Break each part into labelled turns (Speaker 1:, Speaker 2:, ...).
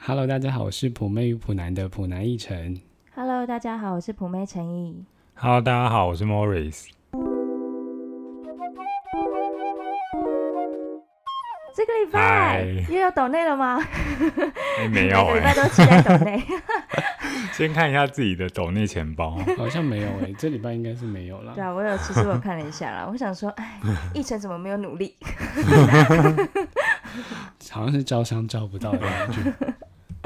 Speaker 1: Hello，大家好，我是普妹与普男的普男一晨。
Speaker 2: Hello，大家好，我是普妹陈毅。
Speaker 3: Hello，大家好，我是 Morris。
Speaker 2: 这个礼拜又有抖内了吗？
Speaker 3: 哎、 没有
Speaker 2: 每个礼
Speaker 3: 哎、
Speaker 2: 拜都期待抖 内。
Speaker 3: 先看一下自己的抖内钱包。
Speaker 1: 好像没有诶、这礼拜应该是没有啦
Speaker 2: 对。啊，我有，其实我有看了一下啦，我想说，哎，奕晨怎么没有努力？
Speaker 1: 好像是招商招不到的感觉。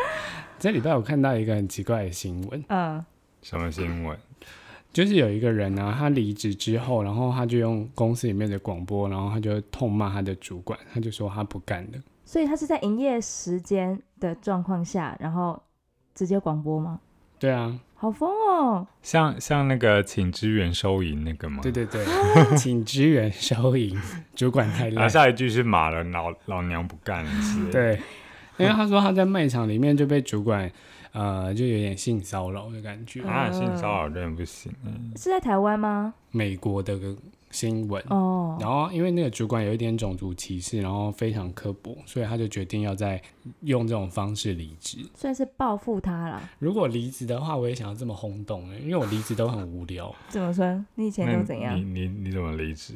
Speaker 1: 这礼拜我看到一个很奇怪的新闻，
Speaker 2: 嗯，
Speaker 3: 什么新闻？
Speaker 1: 就是有一个人呢、他离职之后，然后他就用公司里面的广播，然后他就痛骂他的主管，他就说他不干了。
Speaker 2: 所以他是在营业时间的状况下，然后直接广播吗？
Speaker 1: 对啊，
Speaker 2: 好疯哦！
Speaker 3: 像像那个请支援收银那个吗？
Speaker 1: 对对 对，请支援收银，主管太
Speaker 3: 然后
Speaker 1: 烂。
Speaker 3: 啊下一句是马了老老娘不干了，是。
Speaker 1: 对，因为他说他在卖场里面就被主管，呃，就有点性骚扰的感觉。
Speaker 3: 啊，性骚扰真的不行。哎
Speaker 2: 是在台湾吗？
Speaker 1: 美国的个新闻，
Speaker 2: 哦，
Speaker 1: 然后因为那个主管有一点种族歧视，然后非常刻薄，所以他就决定要再用这种方式离职。
Speaker 2: 算是报复他啦。
Speaker 1: 如果离职的话，我也想要这么轰动、欸，因为我离职都很无聊，
Speaker 2: 怎么说？你以前
Speaker 3: 那
Speaker 2: 都怎样
Speaker 3: 你？你你怎么离职？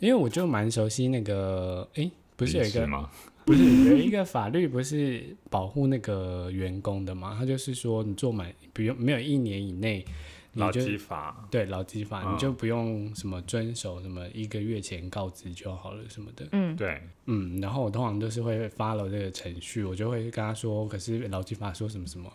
Speaker 1: 因为我就蛮熟悉那个，诶，不是有一
Speaker 3: 离职
Speaker 1: 个
Speaker 3: 吗？
Speaker 1: 不是有一个法律不是保护那个员工的嘛？他就是说你做满不用没有一年以内，你
Speaker 3: 劳
Speaker 1: 就
Speaker 3: 基法。
Speaker 1: 对劳基法，
Speaker 3: 嗯
Speaker 1: 你就不用什么遵守什么一个月前告知就好了什么的。
Speaker 2: 嗯，
Speaker 3: 对，
Speaker 1: 嗯，然后我通常都是会 follow 这个程序，我就会跟他说，可是劳基法说什么什么，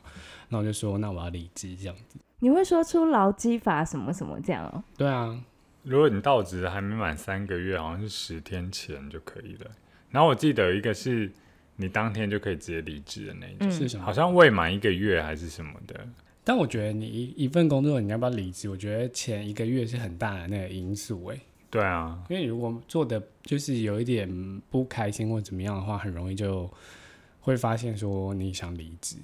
Speaker 1: 那我就说那我要离职这样子。
Speaker 2: 你会说出劳基法什么什么这样哦？
Speaker 1: 对啊，
Speaker 3: 如果你到职还没满三个月，好像是十天前就可以了。然后我记得有一个是你当天就可以直接离职的那一种，
Speaker 2: 嗯
Speaker 1: 是什么？
Speaker 3: 好像未满一个月还是什么的。
Speaker 1: 但我觉得你一一份工作你要不要离职，我觉得前一个月是很大的那个因素诶、
Speaker 3: 对啊，
Speaker 1: 因为如果做的就是有一点不开心或怎么样的话，很容易就会发现说你想离职。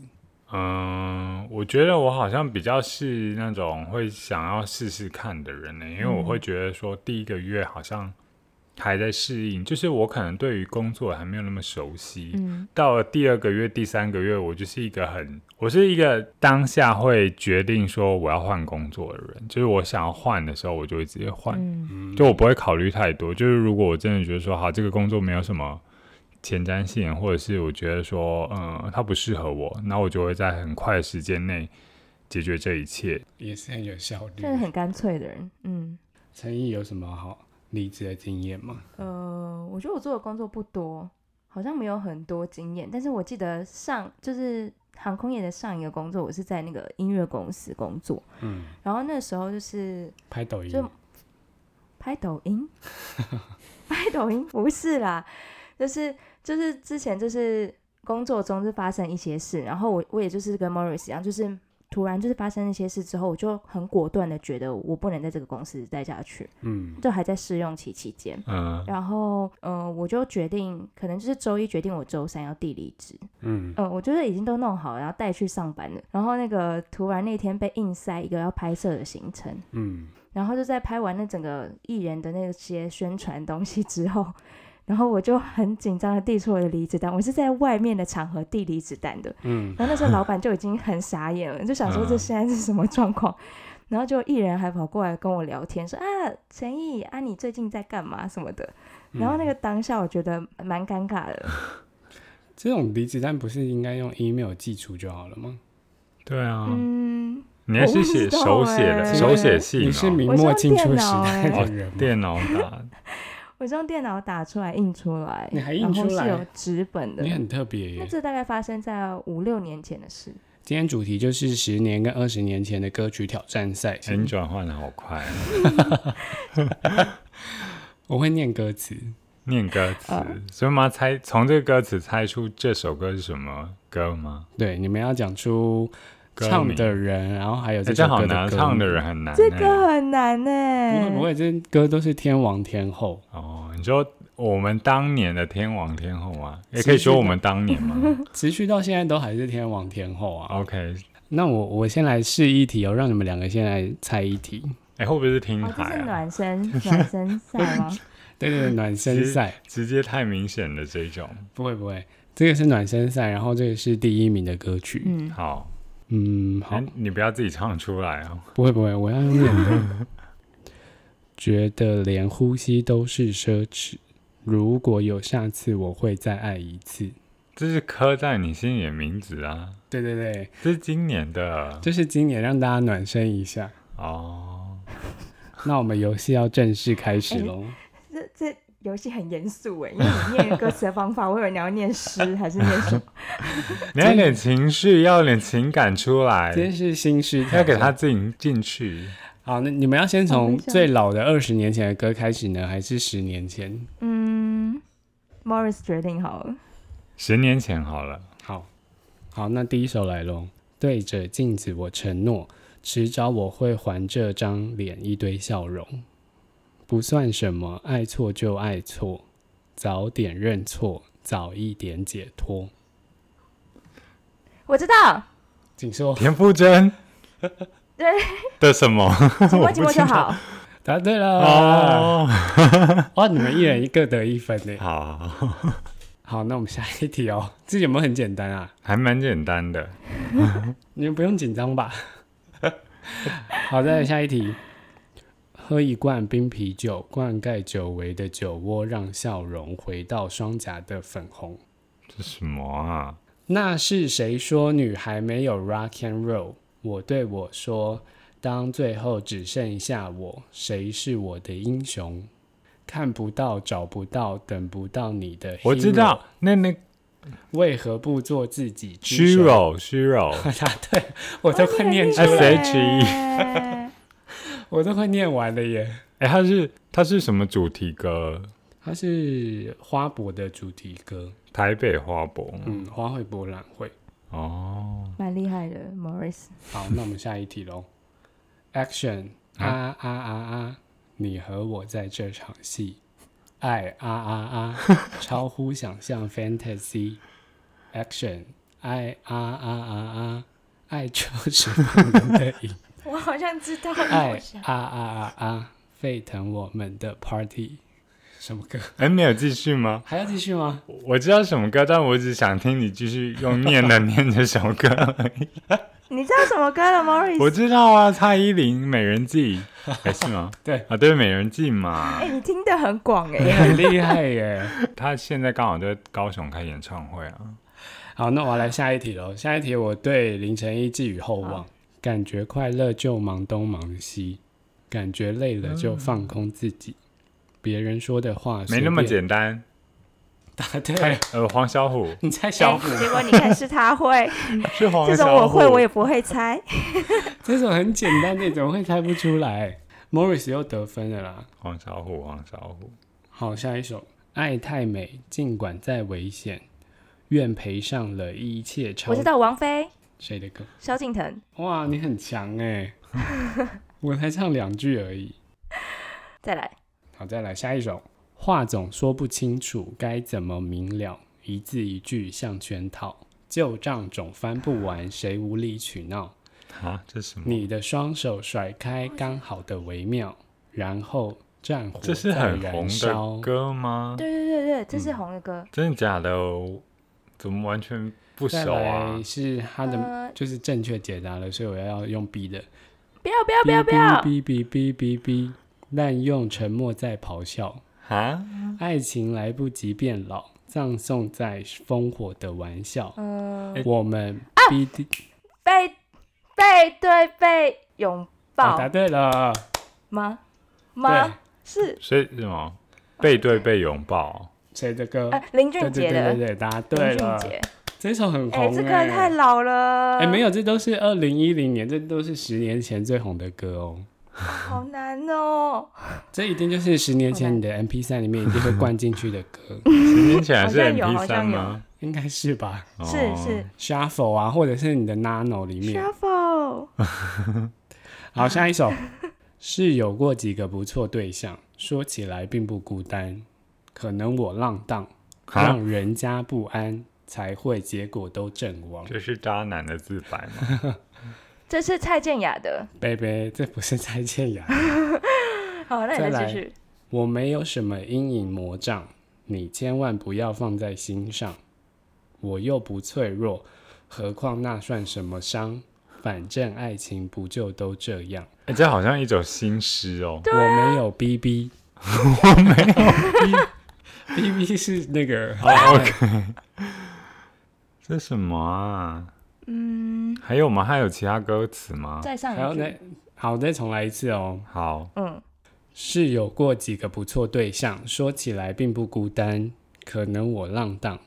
Speaker 3: 嗯，我觉得我好像比较是那种会想要试试看的人呢、因为我会觉得说第一个月好像还在适应，就是我可能对于工作还没有那么熟悉。
Speaker 2: 嗯，
Speaker 3: 到了第二个月、第三个月，我就是一个很，我是一个当下会决定说我要换工作的人，就是我想要换的时候，我就会直接换。
Speaker 2: 嗯，
Speaker 3: 就我不会考虑太多。就是如果我真的觉得说，好，这个工作没有什么前瞻性，或者是我觉得说，嗯，它不适合我，那我就会在很快的时间内解决这一切。
Speaker 1: 也是很有效率
Speaker 2: 真。的很干脆的人。嗯，
Speaker 1: 陈毅有什么好离职的经验吗？
Speaker 2: 呃，我觉得我做的工作不多，好像没有很多经验。但是我记得上就是航空业的上一个工作，我是在那个音乐公司工作。
Speaker 1: 嗯，
Speaker 2: 然后那时候就是
Speaker 1: 拍抖音
Speaker 2: 就拍抖音， 拍抖音不是啦，就是就是之前就是工作中就发生一些事，然后我我也就是跟 Morris 一样，就是突然就是发生一些事之后，我就很果断的觉得我不能在这个公司待下去，
Speaker 1: 嗯
Speaker 2: 就还在试用期期间。
Speaker 3: 嗯，
Speaker 2: 然后，嗯、我就决定，可能就是周一决定我周三要递离职。
Speaker 1: 嗯，
Speaker 2: 嗯、我就是已经都弄好了，然后带去上班了。然后那个突然那天被硬塞一个要拍摄的行程，
Speaker 1: 嗯，
Speaker 2: 然后就在拍完那整个艺人的那些宣传东西之后， 然后我就很紧张的递出我的离职单，我是在外面的场合递离职单的。
Speaker 1: 嗯，
Speaker 2: 然后那时候老板就已经很傻眼了，就想说这
Speaker 3: 嗯
Speaker 2: 现在是什么状况？ 然后就艺人还跑过来跟我聊天，说啊，陈毅啊，你最近在干嘛什么的。
Speaker 1: 嗯
Speaker 2: 然后那个当下我觉得蛮尴尬的，
Speaker 1: 这种离职单不是应该用 email 寄出就好了吗？
Speaker 3: 对啊，
Speaker 2: 嗯，
Speaker 3: 你还是写手写
Speaker 2: 我
Speaker 3: 的、
Speaker 2: 不知道欸
Speaker 3: 手写信、
Speaker 1: 你是
Speaker 3: 哦，
Speaker 1: 明末清初时代
Speaker 2: 我
Speaker 1: 的人吗？
Speaker 3: 电脑欸打，
Speaker 2: 我是用电脑打出来印出来，
Speaker 1: 你还印出来
Speaker 2: 然后是有纸本的
Speaker 1: 你。很特别
Speaker 2: 那
Speaker 1: 耶。
Speaker 2: 这大概发生在五六年前的事。
Speaker 1: 今天主题就是十年跟二十年前的歌曲挑战赛。
Speaker 3: 哎、你转换的好快、啊，
Speaker 1: 我会念歌词，
Speaker 3: 念歌词，
Speaker 2: 啊
Speaker 3: 所以我们要猜从这个歌词猜出这首歌是什么歌吗？
Speaker 1: 对，你们要讲出
Speaker 3: 歌名
Speaker 1: 唱的人，然后还有
Speaker 3: 哎、
Speaker 1: 这首
Speaker 3: 这好
Speaker 1: 歌
Speaker 3: 难，
Speaker 1: 歌
Speaker 3: 唱的
Speaker 1: 名。
Speaker 3: 人很难、欸。
Speaker 2: 这个很难呢、
Speaker 1: 不嗯会不会，这歌都是天王天后，
Speaker 3: 哦，你说我们当年的天王天后啊，也
Speaker 1: 是
Speaker 3: 可以说
Speaker 1: 是
Speaker 3: 我们当 年吗
Speaker 1: 持续到现在都还是天王天后啊。
Speaker 3: ？OK，
Speaker 1: 那我我先来试一题哦，让你们两个先来猜一题。
Speaker 3: 哎、会不会是听
Speaker 2: 哦，这
Speaker 3: 海
Speaker 2: 是
Speaker 3: 啊？
Speaker 2: 暖 身暖身赛吗？
Speaker 1: 对对对，暖身赛
Speaker 3: 直接太明显的这种，
Speaker 1: 不会不会。这个是暖身赛，然后这个是第一名的歌曲。 嗯
Speaker 2: 嗯，
Speaker 3: 好，
Speaker 1: 好
Speaker 3: 哎，，你不要自己唱出来哦。
Speaker 1: 不会不会，我要用念的。觉得连呼吸都是奢侈，如果有下次，我会再爱一次。
Speaker 3: 这是刻在你心里的名字啊，
Speaker 1: 对对对，
Speaker 3: 这是今年的
Speaker 1: 就是今年让大家暖身一下。
Speaker 3: 哦。
Speaker 1: 那我们游戏要正式开始喽。
Speaker 2: 这这游戏很严肃哎，因为你念歌词的方法，我以为你要念诗还是念什么？
Speaker 3: 你要有点情绪，要有点情感出来，
Speaker 1: 今天是新诗，
Speaker 3: 哎要给他进进去。
Speaker 1: 好。那你们要先
Speaker 2: 我
Speaker 1: 从
Speaker 2: 没想
Speaker 1: 最老的二十年前的歌开始呢，还是十年前？
Speaker 2: 嗯，Morris 决定好了，
Speaker 3: 十年前好了，
Speaker 1: 好，好，那第一首来喽。对着镜子，我承诺，迟早我会还这张脸一堆笑容。不算什么，爱错就爱错，早点认错，早一点解脱。
Speaker 2: 我知道，
Speaker 1: 请说。
Speaker 3: 田馥甄
Speaker 2: 对
Speaker 3: 的什么？
Speaker 2: 经
Speaker 3: 我
Speaker 2: 过
Speaker 3: 不
Speaker 2: 经过就
Speaker 3: 知道
Speaker 2: 好。
Speaker 1: 答对了。哦，
Speaker 3: 哦，
Speaker 1: 哇，你们一人一个得一分呢。
Speaker 3: 好，
Speaker 1: 好，那我们下一题哦。这有没有很简单啊？
Speaker 3: 还蛮简单的。
Speaker 1: 你们不用紧张吧？ 好，再来下一题。喝一罐冰啤酒，灌溉久违的酒窝，让笑容回到双颊的粉红。
Speaker 3: 这什么啊？
Speaker 1: 那是谁说女孩没有 rock and roll？我对我说，当最后只剩下我，谁是我的英雄？看不到，找不到，等不到你的。
Speaker 3: 我知道，，那那
Speaker 1: 为何不做自己之首？
Speaker 3: Shiro Shiro，
Speaker 1: 答对， 我
Speaker 2: 哦
Speaker 1: 都快念出
Speaker 3: 哎
Speaker 1: 来 E
Speaker 3: 你很厉
Speaker 1: 了
Speaker 3: 害，
Speaker 2: SHE，
Speaker 1: 我都快念完了耶。
Speaker 3: 哎，它是它是什么主题歌？
Speaker 1: 它是花博的主题歌，
Speaker 3: 台北花博
Speaker 1: 嗯，花卉博览会。
Speaker 3: 哦，
Speaker 2: 蛮厉害的，Morris。
Speaker 1: 好，那我们下一题喽。Action！啊啊啊啊！你和我在这场戏，爱啊啊啊， 超乎想象，fantasy。Action！爱啊啊啊啊！爱就是我们的 瘾，
Speaker 2: 我好像知道，
Speaker 1: 爱
Speaker 2: 我想
Speaker 1: 啊啊啊啊！沸腾我们的 party。什么歌？
Speaker 3: 哎，没有继续吗？
Speaker 1: 还要继续吗？
Speaker 3: 我知道什么歌，但我只想听你继续用念的念这首歌而已。
Speaker 2: 你知道什么歌 了
Speaker 3: 我
Speaker 2: ，Morris？
Speaker 3: 知道啊，蔡依林《美人计》还是吗？
Speaker 1: 对
Speaker 3: 啊，对，《美人计》嘛
Speaker 2: 哎、，你听得很广哎、
Speaker 1: 你很厉害耶！
Speaker 3: 她现在刚好在高雄开演唱会啊。
Speaker 1: 好，那我要来下一题喽。下一题我对凌晨一寄予厚望
Speaker 2: 好，
Speaker 1: 感觉快乐就忙东忙西，感觉累了就放空自己。别人说的话
Speaker 3: 没那么
Speaker 1: 随便
Speaker 3: 简单。
Speaker 1: 答 对
Speaker 3: 哎。，呃，黄小虎
Speaker 1: 你猜小虎
Speaker 2: 哎，结果你看是他会，
Speaker 3: 是黄
Speaker 2: 这
Speaker 3: 小
Speaker 2: 种
Speaker 3: 虎，
Speaker 2: 我会，我也不会猜。
Speaker 1: 这首很简单的，怎么会猜不出来？Morris 又得分了啦。
Speaker 3: 黄小虎，黄小虎。
Speaker 1: 好，下一首《爱太美》，尽管再危险，愿赔上了一切超
Speaker 2: 我知道王菲、
Speaker 1: 谁的歌？
Speaker 2: 萧敬腾，
Speaker 1: 哇，你很强 哎、我才唱两句而已。
Speaker 2: 再来，
Speaker 1: 好，再来下一首。话总说不清楚，该怎么明了？一字一句像圈套，旧账总翻不完，谁无理取闹？
Speaker 3: 啊，这是什么？
Speaker 1: 你的双手甩开刚好的微妙，然后战火
Speaker 3: 这是
Speaker 1: 在
Speaker 3: 很红
Speaker 1: 燃烧
Speaker 3: 的。歌
Speaker 1: 嗯
Speaker 3: 吗？
Speaker 2: 对对对对，这是红的歌，
Speaker 3: 真的假的哦？怎么完全不
Speaker 1: 再
Speaker 3: 熟啊
Speaker 1: 来？是他的
Speaker 2: 呃，
Speaker 1: 就是正确解答了，所以我要用 B 的。
Speaker 2: 不要不要不要不要，
Speaker 1: 哔哔哔哔哔，滥用沉默在咆哮，
Speaker 3: 啊，
Speaker 1: 爱情来不及变老，葬送在烽火的玩笑。
Speaker 2: 嗯、
Speaker 3: 哎
Speaker 1: 我们 B D 哦
Speaker 2: 背背对背拥
Speaker 1: 啊，
Speaker 2: 抱
Speaker 1: 答对了，
Speaker 2: 吗？
Speaker 1: 对
Speaker 2: 吗？，是，
Speaker 3: 所以什么？背对背拥抱，
Speaker 1: 谁的歌？
Speaker 2: 呃，林俊
Speaker 1: 对对
Speaker 2: 杰
Speaker 1: 对
Speaker 2: 的，
Speaker 1: 对对，答对
Speaker 2: 林俊
Speaker 1: 了，
Speaker 2: 杰，
Speaker 1: 这首很
Speaker 2: 哎、
Speaker 1: 红
Speaker 2: 这个
Speaker 1: 哎
Speaker 2: 太老了，
Speaker 1: 哎，没有，这都是二零一零年，这都是十年前最红的歌哦。
Speaker 2: 好难哦，
Speaker 1: 这一定就是十年前
Speaker 2: 好
Speaker 1: 你的 M P 三里面一定会灌进去的 歌，
Speaker 3: 十年前还是
Speaker 2: 好像有
Speaker 3: MP
Speaker 2: 好
Speaker 3: 三
Speaker 2: 像有
Speaker 3: 吗？
Speaker 1: 应该是吧
Speaker 2: 是
Speaker 3: 哦
Speaker 2: 是
Speaker 1: ？Shuffle 啊，或者是你的 Nano 里面。
Speaker 2: ，Shuffle，
Speaker 1: 好，下一首是有过几个不错对象，说起来并不孤单，可能我浪荡，
Speaker 3: 啊
Speaker 1: 让人家不安，才会结果都阵亡。
Speaker 3: 这是渣男的自白吗？
Speaker 2: 这是蔡健雅的，
Speaker 1: 贝贝， 这不是蔡健雅。
Speaker 2: 好，那
Speaker 1: 再
Speaker 2: 你再
Speaker 1: 来
Speaker 2: 继续，
Speaker 1: 我没有什么阴影魔障，你千万不要放在心上。我又不脆弱，何况那算什么伤？反正爱情不就都这样？
Speaker 3: 哎，这好像一首新诗哦。
Speaker 1: 我没有 BB，我 没有 BB，BB 是那个
Speaker 3: 这什么啊？
Speaker 2: 嗯，
Speaker 3: 还有吗？还有其他歌词吗？
Speaker 2: 再上
Speaker 1: 还有
Speaker 2: 一
Speaker 1: 那
Speaker 2: 句，
Speaker 1: 好，再重来一次哦。
Speaker 3: 好，
Speaker 2: 嗯，
Speaker 1: 是有过几个不错对象，说起来并不孤单，可能我浪荡，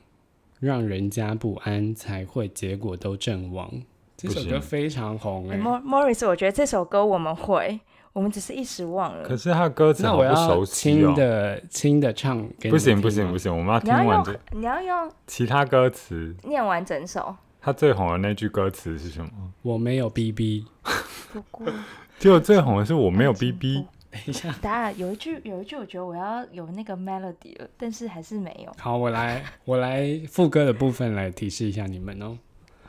Speaker 1: 让人家不安，才会结果都阵亡。这首
Speaker 3: 不
Speaker 1: 歌
Speaker 3: 行
Speaker 1: 非常红哎、
Speaker 2: Mor Morris，我觉得这首歌我们会，我们只是一时忘
Speaker 3: 可
Speaker 2: 了。
Speaker 3: 是他的歌词
Speaker 1: 那
Speaker 3: 好
Speaker 1: 我
Speaker 3: 不
Speaker 1: 要
Speaker 3: 熟悉哦
Speaker 1: 轻。的轻的唱给你
Speaker 3: 不行
Speaker 1: 听啊
Speaker 3: 不行
Speaker 1: 吗
Speaker 3: 不行，我们要
Speaker 2: 你
Speaker 3: 听
Speaker 2: 要
Speaker 3: 完
Speaker 2: 用
Speaker 3: 这
Speaker 2: 你要用
Speaker 3: 其他歌词。
Speaker 2: 念完整首，
Speaker 3: 他最红的那句歌词是什么？
Speaker 1: 我没有 BB，
Speaker 2: 不过
Speaker 3: 就最红的是我没有 BB
Speaker 2: 不。
Speaker 1: 等一下，
Speaker 2: 当然有一句有一句，我觉得我要有那个 melody 了，但是还是没有。
Speaker 1: 好，我来我来副歌的部分来提示一下你们哦。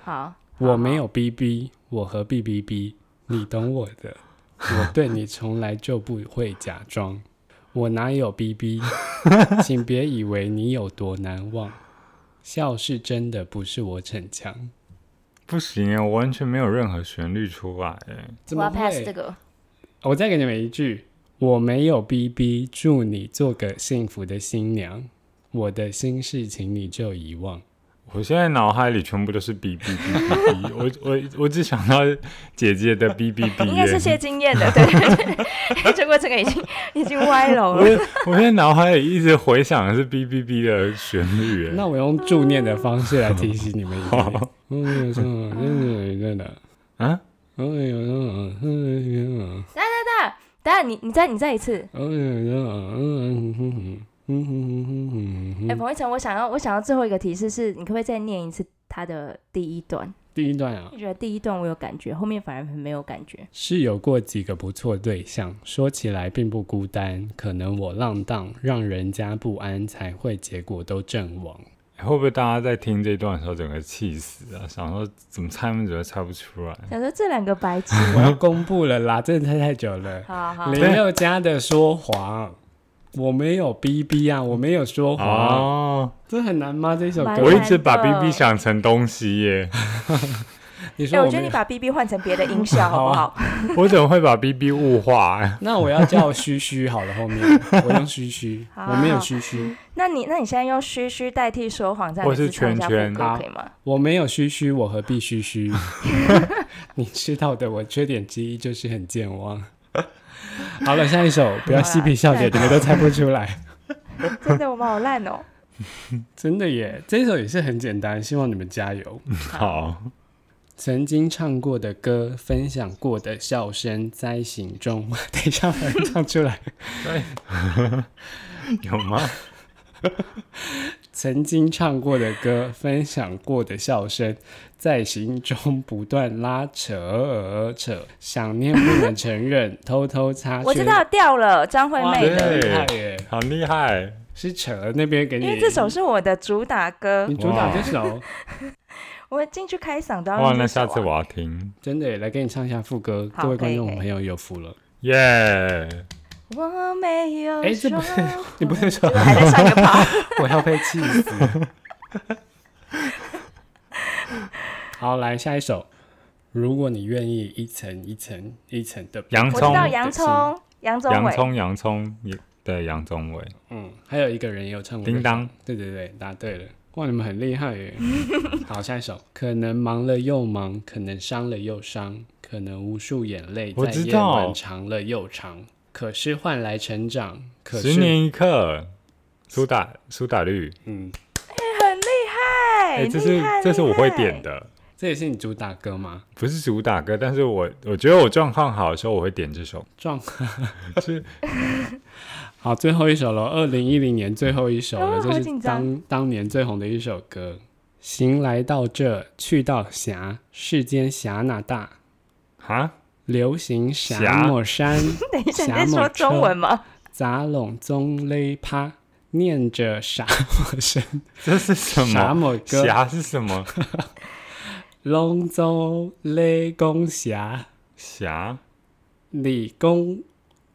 Speaker 2: 好，
Speaker 1: 我没有 BB，我何必 BB？你懂我的，我对你从来就不会假装。我哪有 BB？请别以为你有多难忘，笑是真的，不是我逞强。
Speaker 3: 不行欸耶，我完全没有任何旋律出来欸耶。
Speaker 1: 怎
Speaker 2: 我
Speaker 1: 么
Speaker 2: 要 pass 这
Speaker 1: 会？
Speaker 2: 个。
Speaker 1: 我再给你们一句：我没有 BB，祝你做个幸福的新娘。我的心事，请你就遗忘。
Speaker 3: 我现在脑海里全部都是 B B B B，我我我只想到姐姐的 B B B，
Speaker 2: 应该是谢金燕的，对对对， 结果这个已经已经歪楼
Speaker 3: 我
Speaker 2: 了。
Speaker 3: 我现在脑海里一直回想的是 B B B 的旋律耶。
Speaker 1: 那我用助念的方式来提醒你们一遍。嗯，真的真的。
Speaker 3: 啊，
Speaker 1: 哎呦，嗯嗯
Speaker 2: 当然，你你再你再一次。
Speaker 1: 嗯嗯
Speaker 2: 哎、彭一成，我想要我想要最后一个提示是，你可不可以再念一次他的第一段？
Speaker 1: 第一段啊
Speaker 2: 我，觉得第一段我有感觉，后面反而很没有感觉。
Speaker 1: 是有过几个不错对象，说起来并不孤单，可能我浪荡，让人家不安，才会结果都阵亡。
Speaker 3: 会不会大家在听这段的时候整个气死啊？想说怎么猜名字都猜不出来。
Speaker 2: 想说这两个白痴，
Speaker 1: 我要公布了啦，真的太太久了。
Speaker 2: 好啊好
Speaker 1: 林宥嘉的说谎，我没有 BB 啊，我没有说谎，
Speaker 3: 哦，
Speaker 1: 这很难吗？这首
Speaker 2: 蛮
Speaker 3: 我
Speaker 1: 歌
Speaker 3: 一，直把
Speaker 2: 难
Speaker 3: B
Speaker 2: 的
Speaker 3: B 想成东西耶，
Speaker 1: 你
Speaker 2: 哎、
Speaker 1: 说
Speaker 2: 我
Speaker 1: 我
Speaker 2: 觉得
Speaker 1: 没
Speaker 2: 你
Speaker 1: 有，
Speaker 2: 把 B B 换成别的音效好不好？
Speaker 3: 我怎么会把 B B 物化啊？
Speaker 1: 那我要叫虚虚好了，后面我用虚 虚，我没有虚虚。
Speaker 2: 那你那你现在用虚虚代替说谎，这样
Speaker 3: 或
Speaker 2: 你
Speaker 3: 是
Speaker 2: 自唱一下
Speaker 3: 圈圈
Speaker 2: 副歌
Speaker 1: 好
Speaker 2: 可以吗？
Speaker 1: 我没有虚虚，我何必虚虚？ 你知道的，我缺点之一就是很健忘。 好了，下一首不要嬉皮笑脸，你们都猜不出来，
Speaker 2: 真的，我们好烂哦、
Speaker 1: 真的耶！这首也是很简单，希望你们加油。
Speaker 3: 好，
Speaker 1: 曾经唱过的歌，分享过的笑声，在心中。 等一下，把它唱出来。
Speaker 3: 有吗？
Speaker 1: 曾经唱过的歌，分享过的笑声，在心中不断拉扯扯，想念不能承认，偷偷擦
Speaker 2: 我
Speaker 1: 圈
Speaker 2: 知道掉了张惠
Speaker 1: 哇
Speaker 2: 妹的，
Speaker 1: 真
Speaker 3: 对
Speaker 1: 厉害耶！
Speaker 3: 好厉害！
Speaker 1: 是扯那边给你，
Speaker 2: 因为这首是我的主打歌
Speaker 1: 你，主打这首，
Speaker 2: 我进去开嗓都要
Speaker 3: 哇，
Speaker 2: 用这
Speaker 3: 那
Speaker 2: 首啊、
Speaker 3: 下次我要听，
Speaker 1: 真的耶来给你唱一下副歌，
Speaker 2: 好
Speaker 1: 各位
Speaker 2: 可
Speaker 1: 观
Speaker 2: 以
Speaker 1: 众
Speaker 2: 可以
Speaker 1: 朋友有福了。
Speaker 3: 耶、
Speaker 2: 我没有
Speaker 1: 哎这不
Speaker 2: 说谎
Speaker 1: 你不是说
Speaker 2: 结果还在上个趴？
Speaker 1: 我要被气死？ 好，来下一首。如果你愿意，一层一层一层的
Speaker 3: 洋
Speaker 2: 我
Speaker 3: 葱
Speaker 2: 知道洋葱，洋葱
Speaker 3: 洋
Speaker 2: 尾，
Speaker 3: 葱，洋葱，也对，杨宗纬，
Speaker 1: 嗯，还有一个人也有唱过这首
Speaker 3: 叮当，
Speaker 1: 对对对，答对了，哇，你们很厉害 耶！好，下一首，可能忙了又忙，可能伤了又伤，可能无数眼泪
Speaker 3: 我
Speaker 1: 在
Speaker 3: 知
Speaker 1: 夜
Speaker 3: 道
Speaker 1: 晚长了又长，可是换来成长，可
Speaker 3: 十
Speaker 1: 是
Speaker 3: 年一刻，苏打苏打绿，
Speaker 1: 嗯，
Speaker 2: 很厉害，
Speaker 3: 哎、这
Speaker 2: 厉
Speaker 3: 是
Speaker 2: 害
Speaker 3: 这是我会点。
Speaker 2: 厉害
Speaker 3: 的，
Speaker 1: 这也是你主打歌吗？
Speaker 3: 不是主打歌，但是我我觉得我状况好的时候我会点这首，
Speaker 1: 撞
Speaker 3: 是
Speaker 1: 好，最后一首了，二零一零年最后一首了，
Speaker 2: 哦
Speaker 1: 这
Speaker 2: 好
Speaker 1: 是
Speaker 2: 紧张
Speaker 1: 当当年最红的一首歌。行来到这，去到峡，世间峡那大，
Speaker 3: 哈，
Speaker 1: 流行峡
Speaker 3: 峡
Speaker 1: 莫山，
Speaker 2: 等一下，你
Speaker 1: 侠
Speaker 2: 在说
Speaker 1: 猛
Speaker 2: 中文吗？
Speaker 1: 杂拢宗勒趴，念着沙漠声，
Speaker 3: 这是 什
Speaker 1: 沙
Speaker 3: 么？
Speaker 1: 漠歌，
Speaker 3: 霞是什么？
Speaker 1: 龙舟勒公峡，
Speaker 3: 霞
Speaker 1: 理工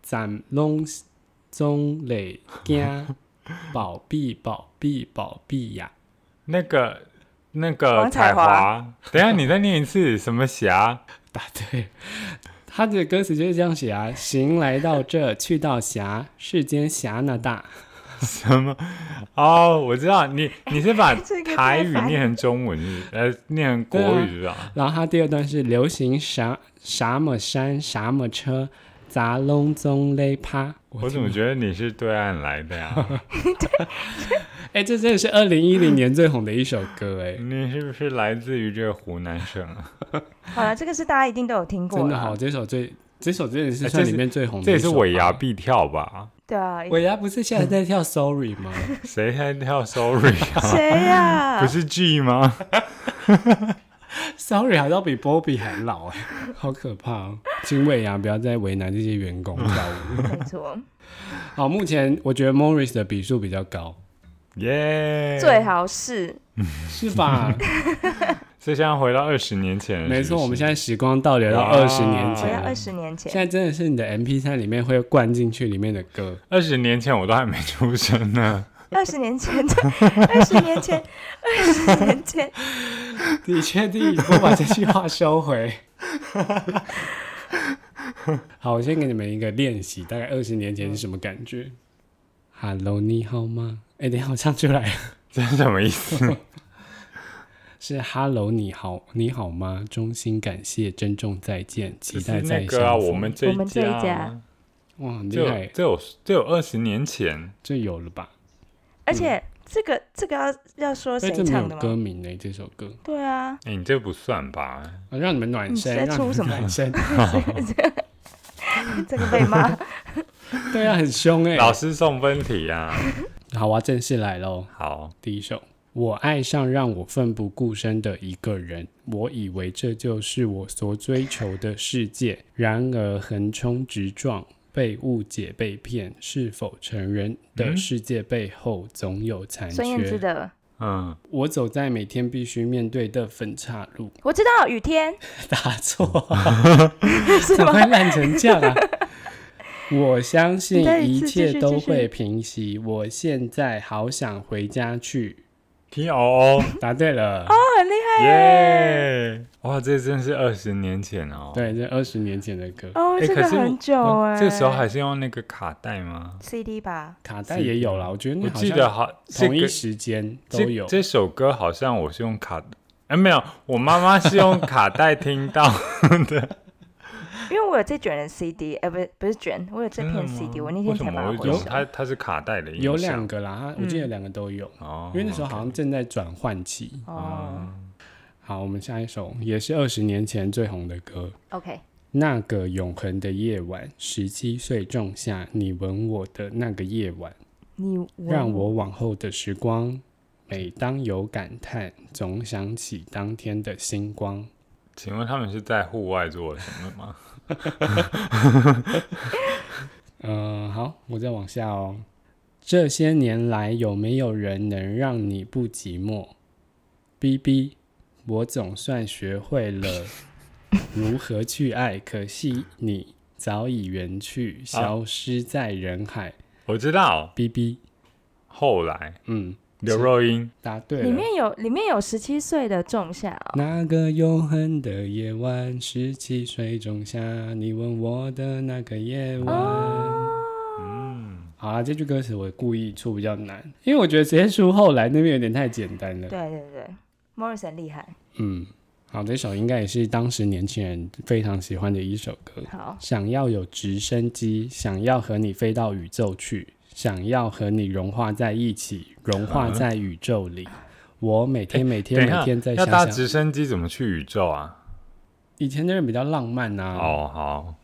Speaker 1: 咱拢宗勒 惊，宝庇宝庇宝庇呀。
Speaker 3: 那个那个
Speaker 2: 王彩
Speaker 3: 彩
Speaker 2: 华
Speaker 3: 华，等一下你再念一次什么霞？
Speaker 1: 答对。他的歌词就是这样写啊：行来到这，去到峡，世间峡那大。
Speaker 3: 什么？哦，我知道你你是把
Speaker 2: 这个太
Speaker 3: 台语
Speaker 2: 烦
Speaker 3: 念成中文是不是呃，念成国语是吧？
Speaker 1: 然后他第二段是流行啥啥么山啥么车，杂隆宗勒趴。
Speaker 3: 我怎么觉得你是对岸来的 呀？
Speaker 1: 哎，这真的是二零一零年最红的一首歌哎，
Speaker 3: 你是不是来自于这个湖南省啊？
Speaker 2: 好了，这个是大家一定都有听过
Speaker 1: 真的好，
Speaker 2: 了。
Speaker 1: 这首最这首真的是
Speaker 3: 哎
Speaker 1: 算
Speaker 3: 这是
Speaker 1: 里面最红的一首吧。
Speaker 3: 这也是尾
Speaker 2: 啊
Speaker 3: 牙必跳吧？
Speaker 2: 对啊，
Speaker 1: 尾牙不是现在在跳 Sorry 吗？
Speaker 3: 谁在 跳 Sorry 啊？
Speaker 2: 谁呀、
Speaker 3: 不是 G 吗？
Speaker 1: Sorry 好像比 Bobby 还老哎，好可怕哦！请伟阳不要再为难这些员工跳 舞。
Speaker 2: 没错，
Speaker 1: 好，目前我觉得 Morris 的比数比较高，哎
Speaker 3: 耶！
Speaker 2: 最好是
Speaker 1: 是 吧？
Speaker 3: 所以现在回到二十年前了，
Speaker 1: 没错，
Speaker 3: 是不是
Speaker 1: 我们现在时光倒流到
Speaker 3: 哇
Speaker 1: 二十年
Speaker 2: 我要
Speaker 1: 前
Speaker 2: 啊二
Speaker 1: 了。
Speaker 2: 十年
Speaker 1: 哎现
Speaker 2: 前，
Speaker 1: 在真的是你的 MP 3里面会灌进去里面的歌，
Speaker 3: 二十年前我都还没出生呢。
Speaker 2: 二十年前，二十年前，二十年前，
Speaker 1: 你确定我把这句话收回？ 好，我先给你们一个练习，大概二十年前是什么感觉？Hello，你好吗？哎、等一下我唱出来了
Speaker 3: 这是什么意思？
Speaker 1: 是 Hello，你好，你好吗？衷心感谢，珍重再见， 期
Speaker 3: 就是
Speaker 1: 待再
Speaker 3: 那
Speaker 1: 相
Speaker 3: 个啊，
Speaker 1: 逢
Speaker 3: 我们这
Speaker 2: 我们这一
Speaker 3: 啊
Speaker 2: 家
Speaker 1: 哇，很
Speaker 3: 这
Speaker 1: 厉
Speaker 3: 有
Speaker 1: 害，
Speaker 3: 这有这有二十年前，
Speaker 1: 这有了吧？
Speaker 2: 而且这个这个要要说
Speaker 1: 嗯哎，
Speaker 2: 谁
Speaker 1: 这没有
Speaker 2: 唱的
Speaker 1: 歌
Speaker 2: 吗？
Speaker 1: 名呢，这首歌，
Speaker 2: 对啊，
Speaker 3: 哎，你这不算吧？
Speaker 1: 啊让你们暖
Speaker 2: 你
Speaker 1: 身，
Speaker 2: 在
Speaker 1: 让
Speaker 2: 嗯出
Speaker 1: 你们
Speaker 2: 什么
Speaker 1: 暖身。
Speaker 2: 这个被 骂。
Speaker 1: 对啊，很凶哎、
Speaker 3: 老师送分 题啊。
Speaker 1: 好，我要正式来喽。
Speaker 3: 好，
Speaker 1: 第一首，我爱上让我奋不顾身的一个人，我以为这就是我所追求的世界，然而横冲直撞。被误解、被骗，是否成人的
Speaker 3: 嗯
Speaker 1: 世界背后总有残缺？
Speaker 2: 孙燕姿的，
Speaker 3: 嗯，
Speaker 1: 我走在每天必须面对的分岔路，
Speaker 2: 我知道雨天
Speaker 1: 打错，
Speaker 2: 是
Speaker 1: 怎么
Speaker 2: 吗？
Speaker 1: 会烂成这样啊？我相信
Speaker 2: 你再一
Speaker 1: 一
Speaker 2: 次继
Speaker 1: 切
Speaker 2: 续
Speaker 1: 都
Speaker 2: 继续
Speaker 1: 会平息。我现在好想回家去。
Speaker 3: T O O，
Speaker 1: 答对了，
Speaker 2: 哦
Speaker 3: 耶！哇，这真是二十年前哦。
Speaker 1: 对，这二十年前的歌，
Speaker 2: 哦，
Speaker 3: 哎
Speaker 2: 这
Speaker 3: 可
Speaker 2: 个
Speaker 3: 是我
Speaker 2: 很久哎，
Speaker 3: 这时候还是用那个卡带吗？
Speaker 2: CD 吧？
Speaker 1: 卡带也有啦。我觉得
Speaker 3: 嗯我
Speaker 1: 那好
Speaker 3: 记得
Speaker 1: 像
Speaker 3: 好，这
Speaker 1: 同一
Speaker 3: 个
Speaker 1: 时间都
Speaker 3: 这
Speaker 1: 有。
Speaker 3: 这首歌好像我是用卡，哎，没有，我妈妈是用卡带听 到的。
Speaker 2: 因为我有这卷的 CD，哎，不是不是卷，我有这片 CD，我那
Speaker 3: 嗯为
Speaker 2: 天
Speaker 3: 什
Speaker 2: 才把
Speaker 3: 么
Speaker 2: 它
Speaker 3: 我
Speaker 2: 回
Speaker 3: 有
Speaker 2: 收。
Speaker 3: 它？它是卡带的音
Speaker 1: 有
Speaker 3: 响
Speaker 1: 两个啦，我记得有两个都有，
Speaker 3: 嗯哦，
Speaker 1: 因为那时候好像正在转换期。
Speaker 2: 哦
Speaker 3: 嗯
Speaker 1: 好，我们下一首也是二十年前最红的歌，
Speaker 2: ，OK，
Speaker 1: 那个永恒的夜晚，十七岁仲夏，你吻我的那个夜晚，
Speaker 2: 你问
Speaker 1: 让我往后的时光，每当有感叹，总想起当天的星光。
Speaker 3: 请问他们是在户外做什么吗？
Speaker 1: 嗯、好，我再往下哦。这些年来，有没有人能让你不寂寞？B B，我总算学会了如何去爱，可惜你早已远去，消失在人海。
Speaker 3: 我知道，
Speaker 1: B B，
Speaker 3: 后来
Speaker 1: 嗯，
Speaker 3: 刘若英
Speaker 1: 答对
Speaker 2: 里
Speaker 1: 了。
Speaker 2: 面有里面有十七岁的仲夏哦，
Speaker 1: 那个永恒的夜晚，十七岁仲夏，你吻我的那个夜晚。哦
Speaker 3: 嗯
Speaker 1: 好啊啦，这句歌词我故意出比较难，因为我觉得直接出后来那边有点太简单了。
Speaker 2: 对对对，Morris 很厉害。
Speaker 1: 嗯，好，这首应该也是当时年轻人非常喜欢的一首歌。
Speaker 2: 好，
Speaker 1: 想要有直升机，想要和你飞到宇宙去，想要和你融化在一起，融化在宇宙里。我每天每天
Speaker 3: 啊等一
Speaker 1: 每
Speaker 3: 下
Speaker 1: 天在
Speaker 3: 要
Speaker 1: 想
Speaker 3: 搭
Speaker 1: 想，
Speaker 3: 直升机怎么去宇宙啊？
Speaker 1: 以前的人比较浪漫啊呐、
Speaker 3: 哦，好，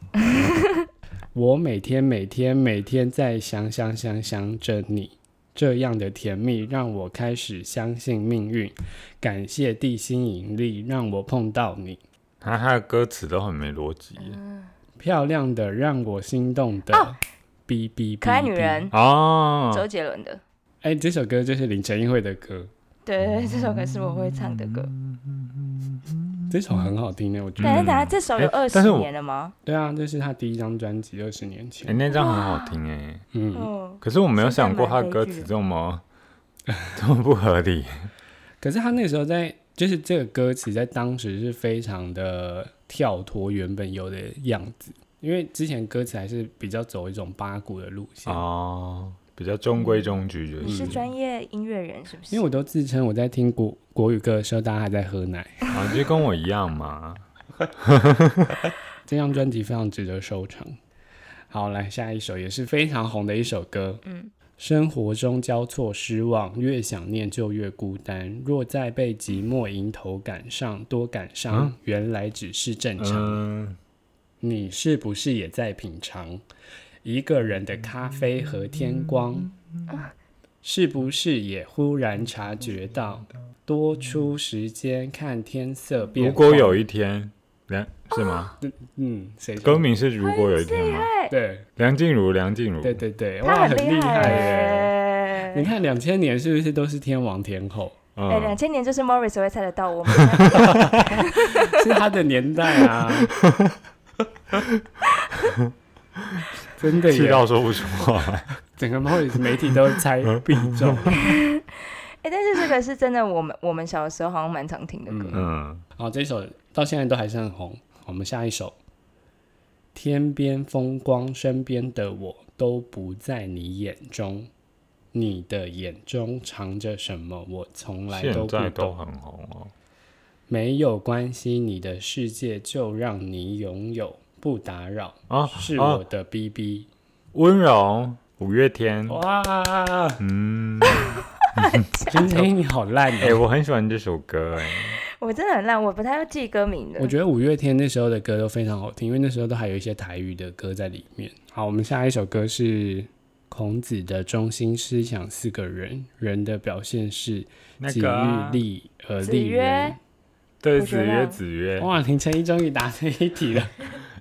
Speaker 1: 我每天每天每天在想想想想着你，这样的甜蜜让我开始相信命运，感谢地心引力让我碰到你，
Speaker 3: 他他的歌词都很没逻辑耶
Speaker 1: 嗯漂亮的让我心动的。
Speaker 2: 哦
Speaker 1: 哔哔哔，
Speaker 2: 可爱女人，周
Speaker 3: 哦。
Speaker 2: 杰伦的，
Speaker 1: 哔。哎、这首歌就是林晨一会的歌，
Speaker 2: 对对
Speaker 3: 嗯
Speaker 2: 对，这首歌是我会唱的歌。
Speaker 1: 这首很好听的，我觉得。
Speaker 2: 但是等下这首有
Speaker 3: 哎
Speaker 2: 二
Speaker 3: 但
Speaker 2: 十
Speaker 3: 是我
Speaker 2: 年了吗？
Speaker 1: 对啊，这是他第一张专辑，二十年
Speaker 3: 哎，
Speaker 1: 前。
Speaker 3: 那张很好听哎，
Speaker 1: 嗯，
Speaker 2: 嗯，
Speaker 3: 可是我没有想过
Speaker 2: 现在蛮
Speaker 3: 他
Speaker 2: 悲
Speaker 3: 歌
Speaker 2: 剧
Speaker 3: 词
Speaker 2: 的
Speaker 3: 这么这么不合理。
Speaker 1: 可是他那个时候在，就是这个歌词在当时是非常的跳脱原本有的样子，因为之前歌词还是比较走一种八股的路线。
Speaker 3: 哦，比较中规中矩，就
Speaker 2: 你是
Speaker 3: 是
Speaker 2: 专业音乐人是不是？
Speaker 1: 因为我都自称我在听国国语歌的时候，大家还在喝奶。
Speaker 3: 啊，就跟我一样嘛。
Speaker 1: 这张专辑非常值得收藏。好，来下一首也是非常红的一首歌。
Speaker 2: 嗯，
Speaker 1: 生活中交错失望，越想念就越孤单。若再被寂寞迎头赶上，多感伤，
Speaker 3: 嗯
Speaker 1: 原来只是正常。
Speaker 3: 嗯，
Speaker 1: 你是不是也在品尝一个人的咖啡和天光？是不是也忽然察觉到，多出时间看天色变化？
Speaker 3: 如果有一天，梁是吗？
Speaker 1: 嗯，谁说
Speaker 3: 歌名是如果有一天吗？
Speaker 1: 对
Speaker 3: 梁静茹，梁静茹，
Speaker 1: 哎对对对，
Speaker 2: 他
Speaker 1: 哇，
Speaker 2: 很
Speaker 1: 厉
Speaker 2: 害
Speaker 1: 耶！
Speaker 2: 耶
Speaker 1: 你看两千年是不是都是天王天后？
Speaker 2: 哎，
Speaker 3: 嗯
Speaker 2: 两，千年就是 Morris 会猜得到，我们猜不到
Speaker 1: 是他的年代 啊，真的
Speaker 3: 气
Speaker 1: 耶！
Speaker 3: 到说不出话 来。
Speaker 1: 整个 Morris 媒体都猜必中。
Speaker 2: 哎，但是这个是真的，我们我们小时候好像蛮常听的歌。
Speaker 3: 嗯，
Speaker 1: 好，这首到现在都还是很红。我们下一首，《天边风光》，身边的我都不在你眼中，你的眼中藏着什么？我从来都
Speaker 3: 现
Speaker 1: 不
Speaker 3: 在都
Speaker 1: 懂。
Speaker 3: 很红哦。
Speaker 1: 没有关系，你的世界就让你拥有，不打扰，
Speaker 3: 啊
Speaker 1: 是
Speaker 3: 啊
Speaker 1: 我，的 BB。
Speaker 3: 温柔，五月天。
Speaker 1: 哦哇，
Speaker 3: 嗯，
Speaker 1: 今天你好烂
Speaker 3: 哎，
Speaker 1: 哦！
Speaker 3: 我很喜欢这首歌，哎，
Speaker 2: 我真的很烂，我不太会记歌名的。
Speaker 1: 我觉得五月天那时候的歌都非常好听，因为那时候都还有一些台语的歌在里面。好，我们下一首歌是孔子的中心思想四个人，人的表现是
Speaker 3: 那
Speaker 1: 己
Speaker 3: 个啊
Speaker 1: 欲立而
Speaker 2: 子
Speaker 1: 立人
Speaker 2: 曰。
Speaker 3: 对
Speaker 2: 我觉
Speaker 3: 子
Speaker 2: 得
Speaker 1: 啊
Speaker 3: 曰，子曰。
Speaker 1: 哇，林晨一终于答对一题 了。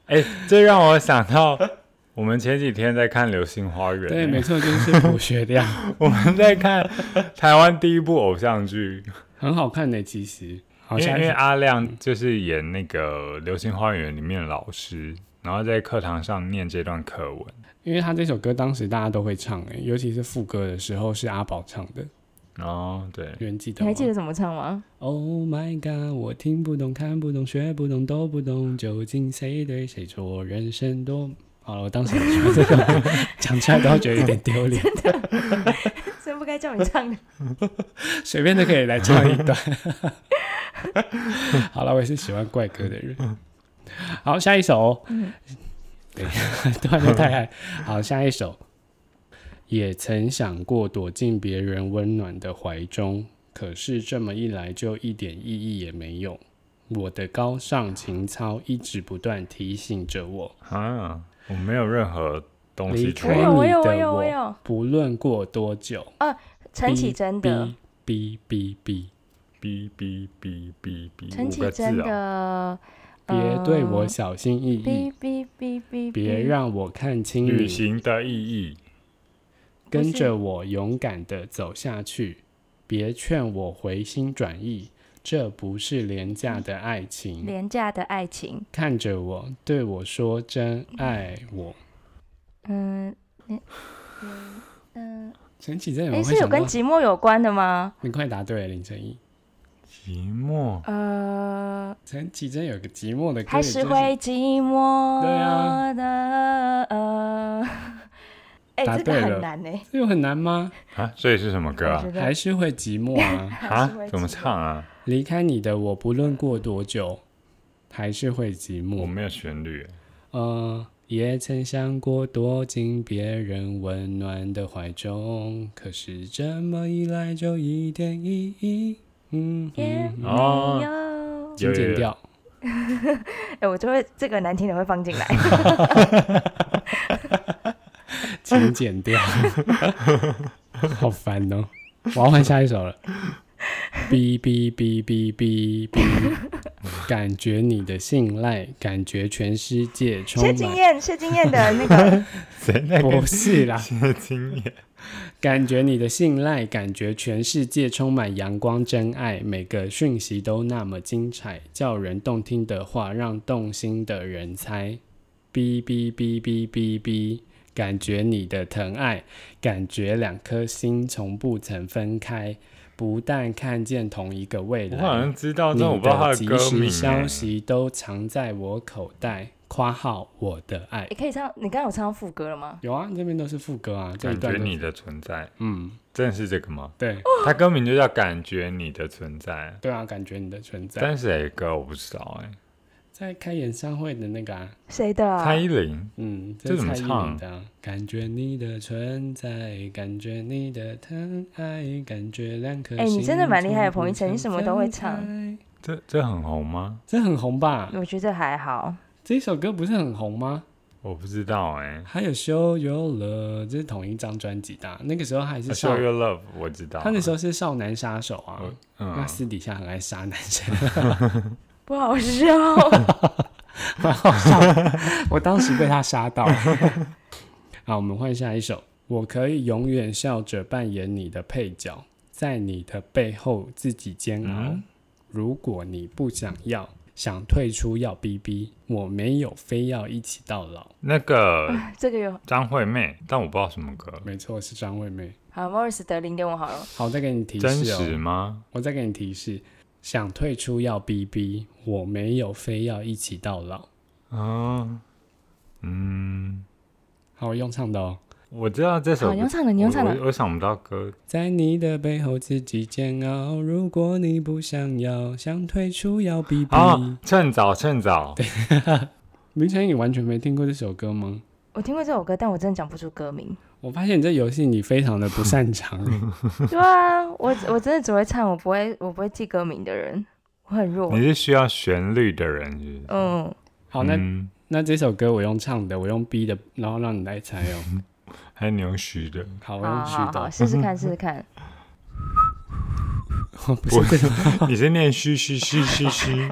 Speaker 3: 哎，这让我想到 我们前几天在看《流星花园》，哎
Speaker 1: 对，没错，就是朴学亮，
Speaker 3: 我们在看台湾第一部偶像剧，
Speaker 1: 很好看的。其实，好，
Speaker 3: 因为
Speaker 1: 下
Speaker 3: 因
Speaker 1: 一嗯
Speaker 3: 为
Speaker 1: 首
Speaker 3: 啊阿亮就是演那个《流星花园》里面的老师，然后在课堂上念这段课文。
Speaker 1: 因为他这首歌当时大家都会唱、欸，尤其是副歌的时候是阿宝唱的，
Speaker 3: 哦，对，
Speaker 1: 有人记得
Speaker 2: 你
Speaker 1: 吗？
Speaker 2: 还记得怎么唱吗？
Speaker 1: Oh my god！我听不懂、看不懂、学不懂、都不懂，究竟谁对谁错？人生多……好了，我当时说这个讲出来都觉得有点丢脸，
Speaker 2: 真不该叫你唱 的。
Speaker 1: 随便都可以来唱一段。好了，我也是喜欢怪歌的人。好，下一首哦。等一下， 突然就太嗨。好，下一首。也曾想过躲进别人温暖的怀中，可是这么一来就一点意义也没有。我的高尚情操一直不断提醒着我，
Speaker 3: 啊，我没有任何东西出
Speaker 2: 我
Speaker 1: 离开。
Speaker 3: 来
Speaker 2: 有，我有，
Speaker 1: 你的
Speaker 2: 我有，
Speaker 1: 我
Speaker 2: 我有。
Speaker 1: 不论过多久，
Speaker 2: 陈绮贞的，
Speaker 1: 哔哔哔，
Speaker 3: 哔哔哔哔哔，
Speaker 2: 陈
Speaker 3: 五
Speaker 2: 绮
Speaker 3: 个字
Speaker 2: 贞
Speaker 3: 哦。
Speaker 2: 的，
Speaker 1: 别对我
Speaker 2: 呃
Speaker 1: 小心翼翼
Speaker 2: 哔，哔哔哔，
Speaker 1: 别
Speaker 2: 哔。
Speaker 1: 让我看清
Speaker 3: 旅
Speaker 1: 你，
Speaker 3: 行的意义，
Speaker 1: 跟
Speaker 2: 不是
Speaker 1: 着我勇敢的走下去，别劝我回心转意，这不是廉价的爱情。
Speaker 2: 廉价的爱情，
Speaker 1: 看着我，对我说真爱我。
Speaker 2: 嗯，嗯嗯，
Speaker 1: 陈绮贞有
Speaker 2: 哎，
Speaker 1: 人会
Speaker 2: 是有
Speaker 1: 想
Speaker 2: 跟
Speaker 1: 到，
Speaker 2: 寂寞有关的吗？
Speaker 1: 你快答对了，林正英。
Speaker 3: 寂寞。
Speaker 2: 呃，
Speaker 1: 陈绮贞有个寂寞的歌，
Speaker 2: 还是会寂寞
Speaker 1: 对啊
Speaker 2: 的。呃，哎，
Speaker 1: 答
Speaker 2: 这个
Speaker 1: 对了
Speaker 2: 很难呢，
Speaker 1: 这有很难吗？
Speaker 3: 啊，所以是什么歌
Speaker 2: 我
Speaker 3: 啊
Speaker 2: 觉？
Speaker 1: 还
Speaker 2: 得
Speaker 1: 是会寂寞 啊？
Speaker 2: 还
Speaker 3: 啊
Speaker 2: 是会，
Speaker 3: 怎么
Speaker 2: 寂寞
Speaker 3: 唱啊？
Speaker 1: 离开你的我，不论过多久，还是会寂
Speaker 3: 我
Speaker 1: 寞。
Speaker 3: 没有旋律。
Speaker 1: 呃，也曾想过躲进别人温暖的怀中，可是这么一来就一点意义。嗯，
Speaker 2: 也
Speaker 1: 嗯
Speaker 2: 没
Speaker 3: 哦
Speaker 2: 有。
Speaker 1: 请
Speaker 3: 有有
Speaker 1: 剪
Speaker 3: 有
Speaker 1: 掉。
Speaker 2: 哎，我就会这个难听的会放进来。
Speaker 1: 请剪 掉，好烦哦！我要换下一首了。哔哔哔哔哔哔， 感觉你的信赖，感觉全世界充
Speaker 2: 谢金
Speaker 1: 满
Speaker 2: 燕，谢金燕的那个
Speaker 3: 谁在跟
Speaker 1: 不是啦，
Speaker 3: 谢 金燕？
Speaker 1: 感觉你的信赖，感觉全世界充满阳光真爱，每个讯息都那么精彩，叫人动听的话，让动心的人猜。哔哔哔哔哔哔，感觉你的疼爱，感觉两颗心从不曾分开，不但看见同一个未
Speaker 3: 我好
Speaker 1: 来
Speaker 3: 像，知道，
Speaker 1: 你
Speaker 3: 但我不知道他
Speaker 1: 及
Speaker 3: 歌名
Speaker 1: 时
Speaker 3: 欸。
Speaker 1: 消息都藏在我口袋。括号我的爱
Speaker 2: 你可以唱，你刚刚有唱到副歌了吗？
Speaker 1: 有啊，这边都是副歌啊，这一
Speaker 3: 感
Speaker 1: 段
Speaker 3: 觉
Speaker 1: 都
Speaker 3: 你的存在，
Speaker 1: 嗯，
Speaker 3: 真的是这个吗？
Speaker 1: 对
Speaker 3: 他歌名就叫《感觉你的存在》，
Speaker 1: 对啊，感觉你的存在
Speaker 3: 但是谁的歌我不知道哎、
Speaker 1: 在开演唱会的那个啊，
Speaker 2: 谁的啊？
Speaker 3: 蔡依林，
Speaker 1: 嗯，
Speaker 3: 这
Speaker 1: 是
Speaker 3: 怎么
Speaker 1: 蔡依林
Speaker 3: 唱
Speaker 1: 的啊、感觉你的存在，感觉你的疼爱，感觉两颗心。
Speaker 2: 哎你真的蛮厉害的彭昱畅你什么都会唱。
Speaker 3: 这这很红吗？
Speaker 1: 这很红吧？
Speaker 2: 我觉得还 好。
Speaker 1: 这首歌不是很红吗？
Speaker 3: 我不知道哎、
Speaker 1: 还有《Show Your Love》，这是同一张专辑的啊、那个时候还是
Speaker 3: 啊
Speaker 1: 少
Speaker 3: ，Show，Your Love，我知道。
Speaker 1: 他那时候是少男杀手啊，
Speaker 3: 我
Speaker 1: 那
Speaker 3: 嗯，
Speaker 1: 私底下很爱杀男生。
Speaker 2: 不好笑，
Speaker 1: 蛮好笑的， 我当时被他杀 到。好，我们换下一首。我可以永远笑着扮演你的配角，在你的背后自己煎熬。
Speaker 3: 嗯
Speaker 1: 如果你不想要，想退出要逼逼，我没有非要一起到老。
Speaker 3: 那个
Speaker 2: 这个有
Speaker 3: 张惠妹，但我不知道什么歌，
Speaker 1: 没错，是张惠妹。
Speaker 2: 好，Morris 得零点五好了。
Speaker 1: 好，我再给你提
Speaker 3: 真
Speaker 1: 示
Speaker 3: 实
Speaker 1: 哦，
Speaker 3: 吗？
Speaker 1: 我再给你提示，想退出要逼逼，我没有非要一起到老。
Speaker 3: 啊，嗯，
Speaker 1: 好，我用唱的哦。
Speaker 3: 我知道这首
Speaker 2: 好，
Speaker 3: 歌，
Speaker 2: 你用唱的，你用唱
Speaker 3: 我
Speaker 2: 的。
Speaker 3: 我我想不到歌，
Speaker 1: 在你的背后自己煎熬。如果你不想要，想退出要逼逼。
Speaker 3: 哦，趁早趁早，
Speaker 1: 明成，你完全没听过这首歌吗？
Speaker 2: 我听过这首歌，但我真的讲不出歌 名。
Speaker 1: 我发现你这游戏你非常的不擅 长。
Speaker 2: 对啊，我我真的只会唱，我不会我不会记歌名的人，我很弱
Speaker 3: 你。是需要旋律的人是不是？
Speaker 2: 嗯，
Speaker 1: 好，哦那、
Speaker 3: 嗯
Speaker 1: 那这首歌我用唱的，我用逼的，然后让你来猜哦。
Speaker 3: 还有你用虚的，
Speaker 1: 好，我
Speaker 2: 好
Speaker 1: 用虚
Speaker 2: 好好，
Speaker 1: 的，
Speaker 2: 试试看，试 试看。
Speaker 1: 不是这种，
Speaker 3: 你是念虚虚虚虚虚，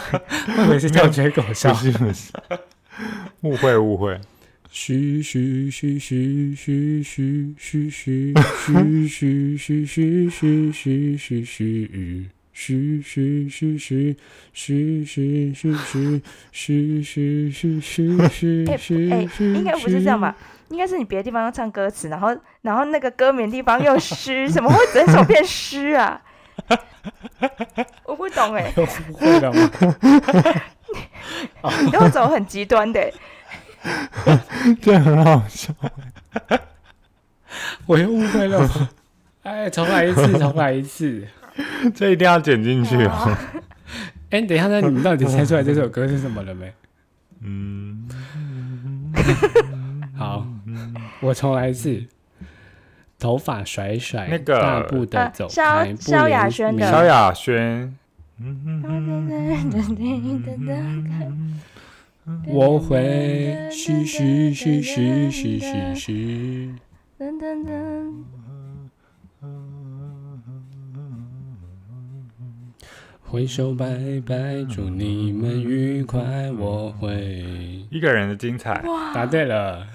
Speaker 1: 我以为是叫绝 狗 笑
Speaker 3: 不。是不是，误会误会，
Speaker 1: 嘘嘘嘘嘘嘘嘘嘘嘘嘘嘘嘘嘘嘘嘘嘘嘘嘘嘘嘘嘘嘘嘘嘘嘘嘘嘘嘘嘘嘘
Speaker 2: 哎
Speaker 1: 嘘
Speaker 2: 哎，
Speaker 1: 嘘，
Speaker 2: 应该不是这样吧？？应该是你别的地方要唱歌词，然后然后那个歌名地方又虚，怎么会整首变虚啊？我不懂哎、
Speaker 1: 有误会了吗？
Speaker 2: 你都走很极端的、欸，
Speaker 3: 这很好笑。
Speaker 1: 我又误会了吗？哎，重来一次，重来一次。
Speaker 3: 这一定要剪进去哦。
Speaker 1: 哎，等一下，那你们到底猜出来这首歌是什么了没？
Speaker 3: 嗯，
Speaker 1: 好，我重来一次。头发甩甩，
Speaker 3: 那个
Speaker 1: 大步的
Speaker 2: 啊
Speaker 1: 走
Speaker 2: 萧
Speaker 1: 开，不
Speaker 2: 萧亚
Speaker 1: 留
Speaker 2: 轩的
Speaker 1: 名
Speaker 3: 萧亚轩，嗯，
Speaker 1: 我会嘘嘘嘘嘘嘘嘘嘘。
Speaker 2: 噔噔噔，
Speaker 1: 挥手拜拜，祝你们愉快。我会
Speaker 3: 一个人的精彩。
Speaker 1: 答对了。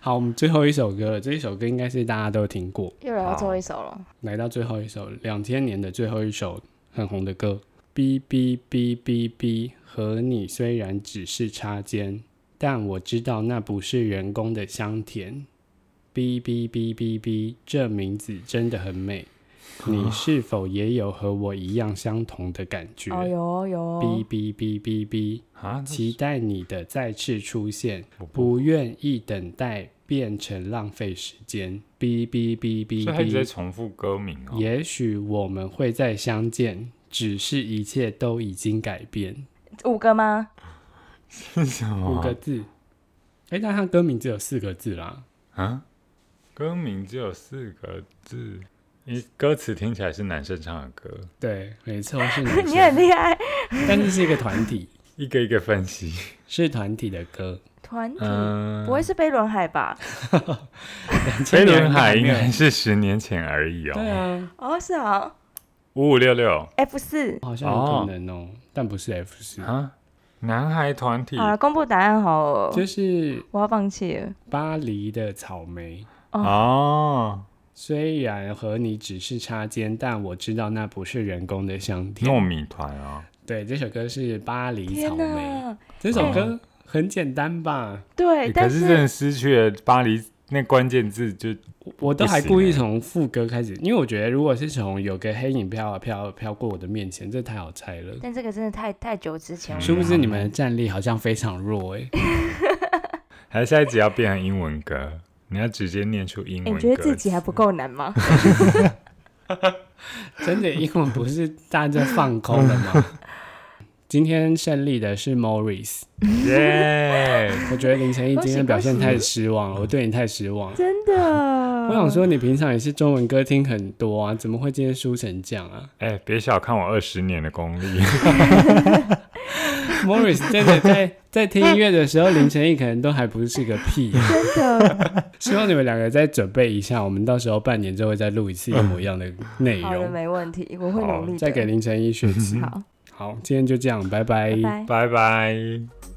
Speaker 1: 好，我们最后一首歌了，这一首歌应该是大家都听过。
Speaker 2: 又来到最后一首了。
Speaker 1: 来到最后一首，两千年的最后一首很红的歌，《哔哔哔哔哔》。和你虽然只是擦肩，但我知道那不是人工的香甜。哔哔哔哔哔，这名字真的很美。你是否也有和我一样相同的感觉？
Speaker 2: 哦，有哦有哦
Speaker 1: 哔，哔哔哔哔，
Speaker 3: 啊，
Speaker 1: 期待你的再次出现，
Speaker 3: 我
Speaker 1: 不愿意等待变成浪费时间。哔哔哔哔
Speaker 3: 所以他一直
Speaker 1: 哔
Speaker 3: 在。重复歌名哦。
Speaker 1: 也许我们会再相见，只是一切都已经改变。
Speaker 2: 五个吗？
Speaker 3: 是什
Speaker 1: 五个
Speaker 3: 么？
Speaker 1: 字，哎、但他歌名只有四个字啦。
Speaker 3: 啊，歌名只有四个字，你歌词听起来是男生唱的歌，
Speaker 1: 对，没错，是女
Speaker 2: 你很
Speaker 1: 生，
Speaker 2: 厉害，
Speaker 1: 但是是一个团体，
Speaker 3: 一个一个 分析。
Speaker 1: 是团体的歌。
Speaker 2: 团体、
Speaker 3: 嗯
Speaker 2: 不，会是飞轮海吧？
Speaker 3: 飞轮海
Speaker 1: 2000
Speaker 3: 应
Speaker 1: 年还
Speaker 3: 该
Speaker 1: 没
Speaker 3: 是十年前而已
Speaker 1: 有对
Speaker 3: 哦。
Speaker 1: 啊，
Speaker 2: 哦，是啊
Speaker 3: 五五六六
Speaker 2: ，F 四。
Speaker 1: 好像有可能哦、但不是 F 四、
Speaker 3: 啊，男孩团体
Speaker 2: 好了，公布答案好了，
Speaker 1: 就是
Speaker 2: 我要放弃了。
Speaker 1: 巴黎的草莓。
Speaker 3: 哦，
Speaker 1: 虽然和你只是擦肩，但我知道那不是人工的香
Speaker 3: 糯
Speaker 1: 甜。
Speaker 3: 米团哦。
Speaker 1: 对，这首歌是巴黎
Speaker 2: 天
Speaker 1: 草莓。
Speaker 2: 哪，
Speaker 1: 这首
Speaker 3: 哦
Speaker 1: 歌很简单吧？
Speaker 2: 对，
Speaker 3: 可
Speaker 2: 但
Speaker 3: 是真的失去了巴黎那关键字就
Speaker 1: 我我都
Speaker 3: 不
Speaker 1: 还
Speaker 3: 行
Speaker 1: 故意
Speaker 3: 欸
Speaker 1: 从副歌开始，因为我觉得如果是从有个黑影飘啊飘啊飘过我的面前，这太好猜了。
Speaker 2: 但这个真的太太久之前了，
Speaker 1: 殊不知你们的战力好像非常弱哎、
Speaker 3: 还是下一集要变成英文歌，你要直接念出英
Speaker 2: 哎你
Speaker 3: 文歌词。
Speaker 2: 觉得自己还不够 难吗？
Speaker 1: 真的，英文不是大家就放空了吗？今天胜利的是 Morris，
Speaker 3: 耶
Speaker 1: 我觉得林晨一今天表现
Speaker 2: 恭喜恭喜
Speaker 1: 太失望了，我对你太失望了。
Speaker 2: 真的，
Speaker 1: 我想说，你平常也是中文歌听很多啊，怎么会今天输成这样啊
Speaker 3: 哎、别小看我二十年的功力，
Speaker 1: ？Morris 真的在在听音乐的时候，林晨一可能都还不是个屁、
Speaker 2: 真的
Speaker 1: 希望你们两个再准备一下，我们到时候半年之后再录一次一模一样的内
Speaker 2: 好的，
Speaker 1: 容，
Speaker 2: 没问题，我会
Speaker 3: 好
Speaker 2: 努力的。
Speaker 1: 再给林晨一学习。
Speaker 2: 好，
Speaker 1: 好，今天就这样，拜
Speaker 2: 拜拜。
Speaker 3: 拜拜。